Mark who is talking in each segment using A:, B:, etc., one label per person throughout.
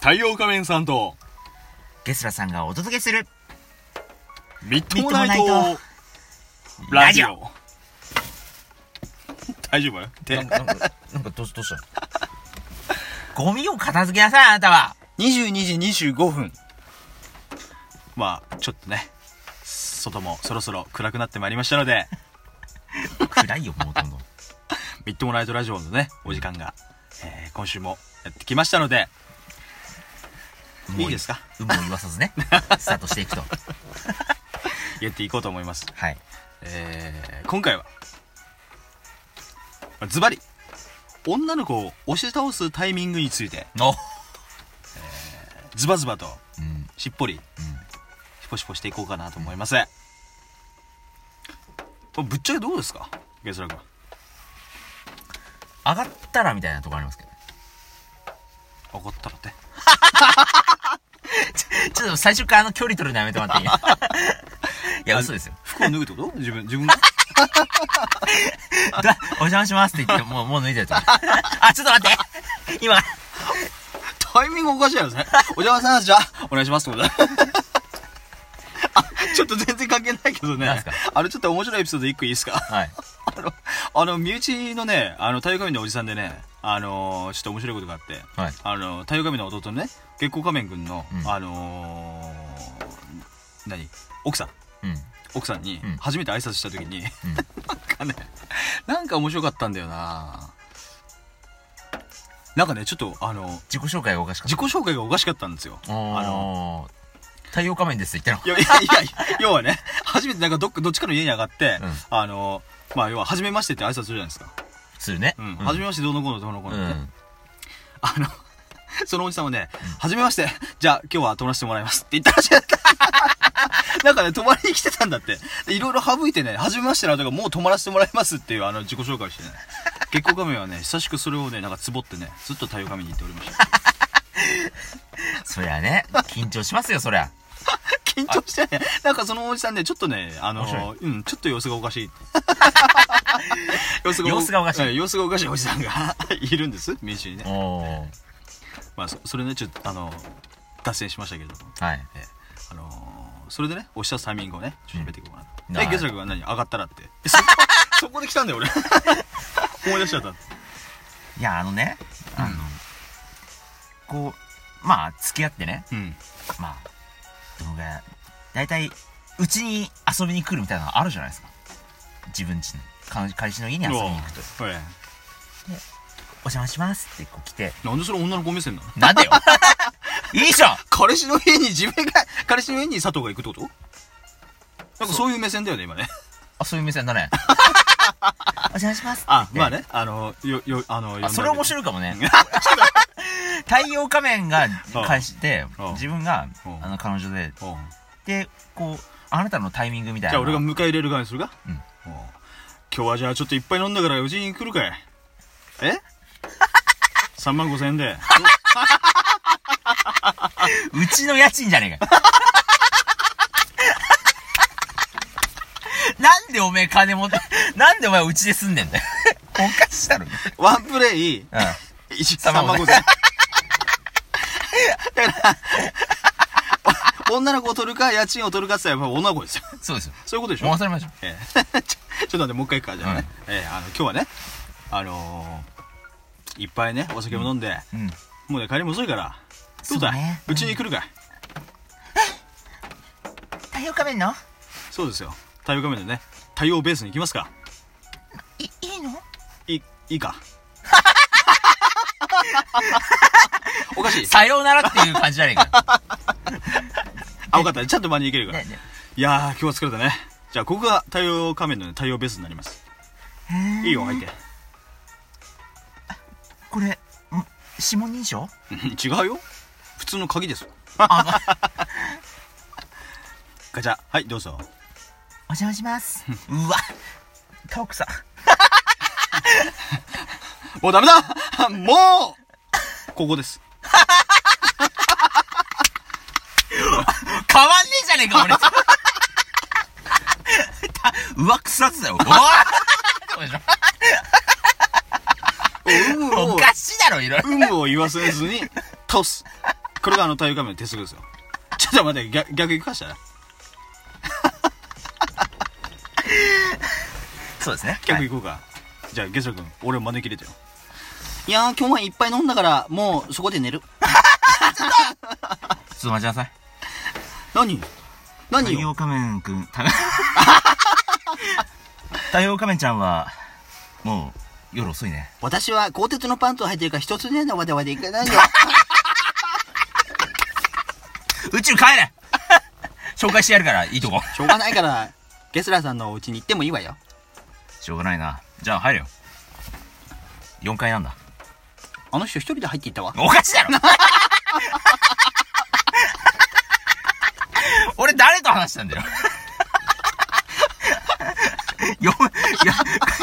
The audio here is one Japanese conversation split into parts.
A: 太陽仮面さんと、
B: ゲスラさんがお届けする
A: みっともないと
B: みっともない、
A: ラジオ。 大丈夫
B: な
A: で
B: ん、かなんかなんかどうしどうしたのゴミを片付けなさいあなたは
A: 22時25分。まあ、ちょっとね、外もそろそろ暗くなってまいりましたの で、
B: 暗いよもうどんどん
A: みっともないとラジオのね、お時間が、えー今週もやってきましたので、
B: もう
A: いいですか
B: 有無を言わさず ねスタートしていくと
A: やっていこうと思います。
B: はい
A: えー今回は、ズバリ、女の子を押し倒すタイミングについて、
B: お
A: ズバズバと、
B: うん
A: しっぽり、しぽしぽしていこうかなと思います。ぶっちゃけどうですかゲスラ君。
B: 上がったらみたいなとこありますけど
A: 上がったらって。
B: ちょっと最初からあの距離取るのやめてもらっていい いや嘘ですよ
A: 服を脱ぐって こと自分、自分が
B: だお邪魔しますって言ってもうもう脱いで るとあちょっと待って今
A: タイミングおかしいですね。お邪魔さんじゃあ、お願いしますってことだ。 あちょっと全然関係ないけど
B: なん
A: ね
B: すか。
A: あれちょっと面白いエピソード一個いいですか
B: はい
A: あの、あの、身内のね、あの、太陽仮面のおじさんでね、あのーちょっと面白いことがあって、
B: はい
A: あの、太陽仮面の弟のね、月光仮面君の、
B: うん
A: あのー何奥さん
B: うん
A: 奥さんに
B: うん
A: 初めて挨拶した時に、なんかね、なんか面白かったんだよななんかね、ちょっと、あの、
B: 自己紹介がおかしかっ
A: 自己紹介がおかしかったんですよ。
B: た
A: あの、
B: おー太陽仮面ですって言っ
A: いや、いや、いや、要はね、初めてなんかどっかどっちかの家に上がって、
B: うん
A: あの、まあ、要は、初めましてって挨拶するじゃないですか。
B: たのするね
A: うん。初めまして、どうのこうの、どうのこう
B: う
A: のって、
B: ん
A: あの、 そのおじさんはね、初めまして、じゃあ今日は泊まらせてもらいますって言ったらしい。なんかね、泊まりに来てたんだって。でいろいろ省いてね、初めましてなとか、もう泊まらせてもらいますっていう、あの、自己紹介をしてね。月光仮面はね、久しくそれをね、なんかつぼってね、ずっと太陽仮面に行っておりま した。
B: そりゃね緊張しますよそりゃ
A: 緊張してね、なんかそのおじさんね、ちょっとね、あ
B: 面白
A: の、うん、ちょっと様子がおか しい。様子
B: 様子がおかしい
A: うん様子がおかしいおじさんが いるんです、民主にね。
B: おー
A: まあ、そそれね、ちょっと、あの、脱線しましたけれども。
B: はい
A: ええあのーそれでね、押したタイミングをね、ちょっとやめていこうか
B: うん
A: な。
B: は
A: え、
B: い
A: ゲスラ君は何上がったら って。えそこ、そこで来たんだよ、俺。 思い出しちゃった。
B: いやあのねあの、こうまあ付き合ってね
A: うん。
B: まあどのぐらい大体うちに遊びに来るみたいなのあるじゃないですか自分ちの彼彼氏の家に遊びに行くと
A: おい
B: お邪魔しますってこう来て
A: なんでそれ女の子目線なの
B: なんで よいいじゃん
A: 彼氏の家に自分が、 彼氏の家に佐藤が行くってことなんかそういう目線だよね、今ね。
B: あそういう目線だねお邪魔しますって言っ
A: あ、
B: て
A: まあね、あの、よ、よ、あの、
B: あそれ面
A: い。
B: 白いかもね 太陽仮面が返して
A: うん
B: 自分が
A: うん
B: あの彼女で
A: おう
B: でこうあなたのタイミングみたいな
A: じゃあ俺が迎え入れる側にするか
B: うん
A: おう今日はじゃあちょっといっぱい飲んだからうちに来るかい え ?3 万5千円で。
B: うちの家賃じゃねえか。 なんでおめえ金持って、なんでお前うちで住んでんだよ。 おかしいだろ。うん。
A: ワンプレイ、3万5千円。だから、 女の子を取るか、家賃を取るかって言ったら、女の子ですよ。
B: そうですよ。
A: そういうことでしょ
B: もう当たり前でしょ。
A: ええ ちょちょっと待って、もう一回行くから、じゃあね。ええあの、今日はね、あのー、いっぱいね、お酒も飲んで、
B: うん。
A: もうね、帰りも遅いから、どう
B: そ
A: だ
B: うね
A: うち、に来るかい
B: 太陽仮面の
A: そうですよ。太陽仮面でね、太陽ベースに行きますか。
B: い、いいの
A: いい、いいか。おかしい。
B: さようならっていう感じじゃねえか。
A: あ、分かった。ちゃんと間に行けるから。
B: ねね
A: いやー、今日は疲れたね。じゃあ、ここが太陽仮面の、ね、太陽ベースになります。いいよ、入って。
B: これ、ん指紋認証
A: うん違うよ普通の鍵ですよ
B: あ、
A: ガチャはいどうぞ
B: お邪魔します。 うわ。トクさん。
A: もうダメだもうここです
B: 変わんねえじゃねえか、俺。 たうわ、草津だよ。おい
A: 有無
B: お
A: を
B: かしいだろ、いろいろ。
A: 有無を言わせずに倒すこれがあの太陽仮面の鉄則ですよ。ちょっと待って、逆、逆行くかしたら
B: そうですね。
A: 逆行こうか。じゃあ、ゲソ君、俺を招き入れてよ。いやー、今日はいっぱい飲んだから、もうそこで寝る。
B: はいちょっと待ちなさい。
A: 何
B: 太
A: 何よ
B: 陽仮面くん、太太陽仮面ちゃんは、もう、夜遅いね。
A: 私は鋼鉄のパンツを履いてるから一つねえのわでわでいか ないよ。
B: 宇宙帰れ紹介してやるから、いいとこ。
A: しょうがないから、ゲスラーさんのお家に行ってもいいわよ。
B: しょうがないな。じゃあ入れよ。4階なんだ。
A: あの人一人で入っていったわ。
B: おかしいだろ俺誰と話したんだよ。よ、いや、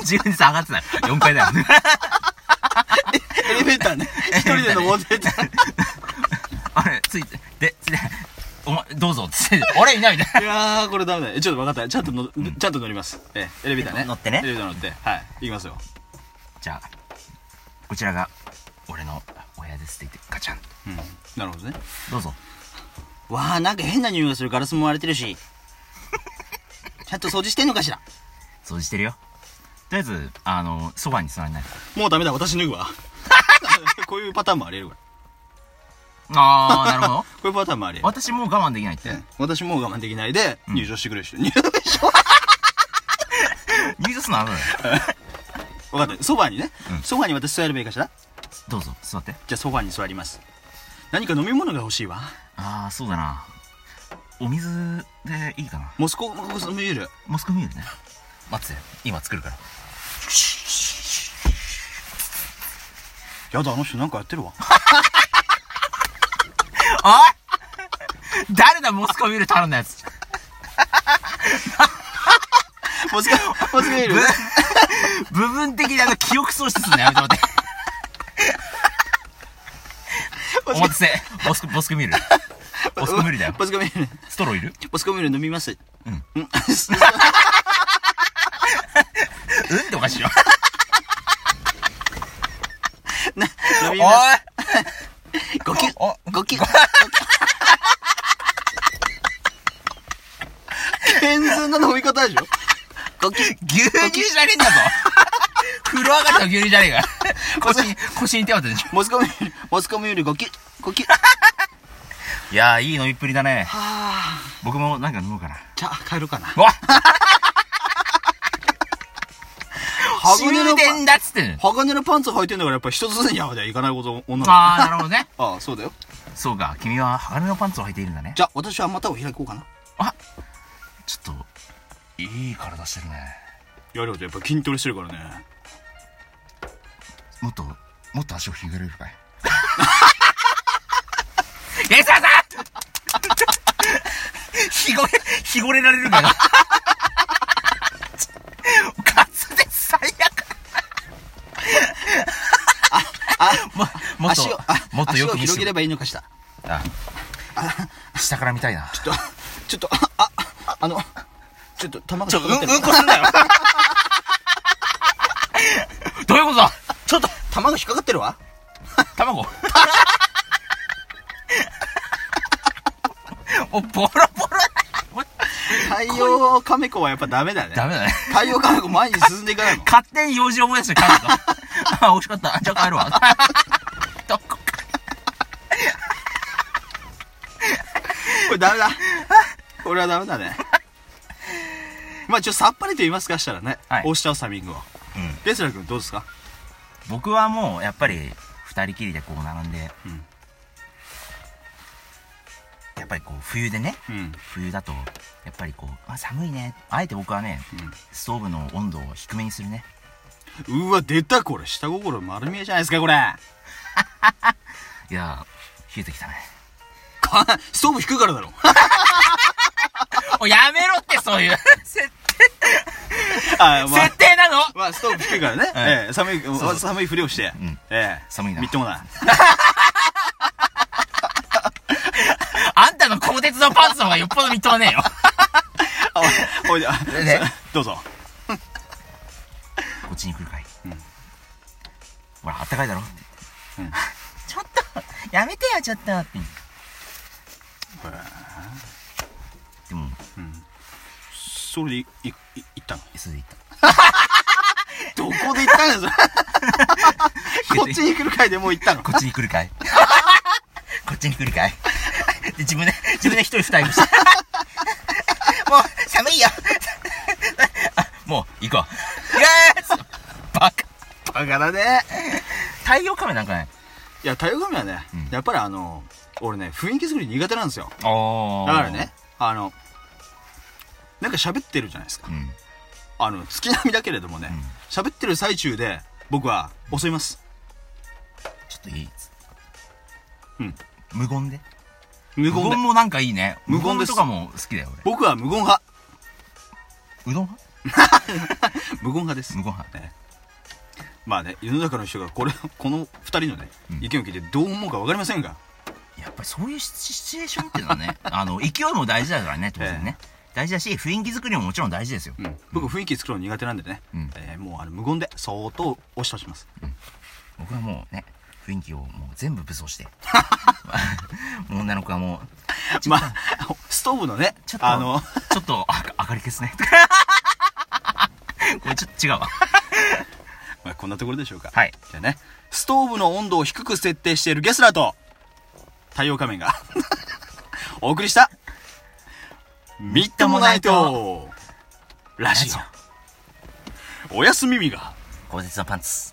B: 自分で下がってた。4階だよ。
A: エレベーターね。一人で登ってた。
B: あれ、ついて、で、ついて、お前、どうぞ、つって、俺いないみたい
A: いやー、これダメだね。ちょっと分かった。ちゃんとの、ちゃんと乗ります。ええ、エレベーターね。
B: 乗ってね
A: エレベーター乗って。はい。行きますよ。
B: じゃあ、こちらが、俺のお部屋ですって言って、ガチャン。
A: うん。なるほどね。
B: どうぞ。
A: わあ、なんか変な匂いがする。ガラスも割れてる し。ちゃんと掃除してんのかしら。
B: 掃除してるよ。とりあえず、あの、ソファに座りない。
A: もうダメだ。私脱 ぐわ。こういうパターンもあり得るから。
B: あー、なるほど。
A: こういうパターンもあり得る。
B: 私もう我慢できないって。
A: 私もう我慢できないで、
B: ん
A: 入場してくれる人。入場
B: 入場すんのあるのよ。
A: 分かった。ソファにね
B: うん。
A: ソファに私座ればいいかしら。
B: どうぞ、座って。
A: じゃあソファに座ります。何か飲み物が欲しいわ。
B: あー、そうだな。お水でいいかな。
A: モスコ、モスコミュール。
B: モスクミールね。待ってて、今作るから。
A: やだ、あの人なんかやってる わ。
B: おい誰だ、モスコミール頼んだやつ。
A: モスコ、モスコミュール。
B: ぶ部分的なあの記憶喪失すんのやめてもらって。お待たせ。ボスク、ボスクミール。ボスクミールだ よ。
A: モスコミュール。
B: ストローいる
A: モスコミュール飲みます。
B: うん。
A: うん。
B: うんっておかしいよ。
A: 飲
B: お
A: み
B: い
A: ます。ごきゅ
B: お
A: ごきゅ健全な飲み方でしょごきゅ
B: 牛乳じゃねえんだ ぞ風呂上がりの牛乳じゃねえか腰 に、腰に手を当ててんじゃ
A: モスコミュール、モスコミュールごきゅごきゅ
B: ん。いやー、いい飲みっぷりだね。
A: はぁ。
B: 僕もなんか飲もうかな。
A: じゃあ、帰ろうかな。
B: おい
A: 箱根のパ
B: 終電
A: ン、
B: だっつってんの
A: 鋼のパンツ履いてんだから、やっぱ一つずつにゃじゃいかないこと、女の子。
B: あー、なるほどね。
A: ああ、そうだよ。
B: そうか、君は鋼のパンツを履いているんだね。
A: じゃあ、私は股を開こうかな。
B: ちょっと、いい体してるね。
A: やるよ、やっぱ筋トレしてるからね。
B: もっと、もっと足をひねれるかいゲスラさんひごれ、ひごれられるかなガスで最悪
A: あ、
B: ももっと
A: 足を、あ、
B: もっとよ
A: 足
B: く
A: を
B: 見せ
A: 広げ
B: て
A: ればいいのかしら。
B: あ下から見たいな
A: ちょっと、ちょっと、あ、ああの、ちょっと、玉が
B: ちょ
A: 引
B: う
A: っ
B: ん
A: かか
B: うん
A: ってる。
B: こすんだよどういうことだ
A: ちょっと、玉が引っかかってるわ。
B: 卵おボロボロ
A: 太陽カメ子はやっぱダメだね。
B: ダメだね
A: 太陽カメ子前に進んでいかないもん。
B: 勝手に用事思い出して帰るのあ美味しかったじゃあ帰るわ どこか
A: これダメだ。これはダメだね。まあ、ちょっとさっぱりと言いますかしたらね。
B: はい
A: 押しちゃうサミングを。
B: うん
A: レスラー君どうですか
B: 僕はもうやっぱり二人きりでこう並んで、
A: うん
B: やっぱりこう冬でね
A: うん。
B: 冬だとやっぱりこうあ寒いねあえて僕はねストーブの温度を低めにするね
A: うん。うわ、出たこれ。下心丸見えじゃないですか、これ。
B: いやー冷えてきたね
A: かストーブ引くからだろ。
B: おやめろってそう いう設
A: あまあ、
B: 設定なの
A: まあ、ストーブ引くからね。
B: はい
A: ええ寒い、
B: そう
A: 寒いふりをして。
B: ん
A: ええ
B: 寒いな
A: みっとも ない。
B: あんたの鋼鉄のパンツの方がよっぽど認めねえよ
A: あおいおいで、あ
B: ね
A: どうぞ。
B: こっちに来るかい、
A: うん
B: ほらあったかいだろって、
A: うん
B: ちょっとやめてよちょっとって
A: それでいいい行ったの
B: それで行った。
A: どこで行ったんです こっちに来る回でもう行ったの
B: こっちに来る かいこっちに来る かいで、自分で、自分で一人二 人して。もう、寒い よあもう、行こう。イエーイバカ。
A: バカだね
B: 太陽カメなんかね。
A: いや太陽神はね、
B: うん
A: やっぱりあの俺ね雰囲気作り苦手なんですよ
B: あ
A: だからね。あのなんか喋ってるじゃないですか
B: うん。
A: あの月並みだけれどもね
B: うん
A: 喋、ってる最中で僕は襲います
B: ちょっといい
A: うん。
B: 無言で。
A: 無言で
B: もなんかいいね。
A: 無言です
B: とかも好きだよ、
A: 僕は無言派
B: 俺。うどん派
A: 無言派です
B: 無言派。
A: ねまあね世の中の人がこれこの2人のね、
B: うん
A: 意見を聞いてどう思うか分かりませんが
B: やっぱりそういうシチシチュエーションっていうの はね、あの、勢いも大事だからね、当然ね。大事だし、雰囲気作りももちろん大事ですよ。
A: うん、僕雰囲気作るの苦手なんでね、
B: うん
A: えーもうあの無言でそーっと押しとします
B: 僕はもうね、雰囲気をもう全部武 装して。もう女の子はもう、
A: まあストーブのね
B: ちょっと、
A: あの
B: ちょっと、あ明かり 消すね。これちょっと違うわ。
A: まあこんなところでしょうか
B: はい。
A: じゃあねストーブの温度を低く設定しているゲスラーと太陽仮面が お送りしたみっともないとラジオおやすみみが
B: 鋼鉄のパンツ。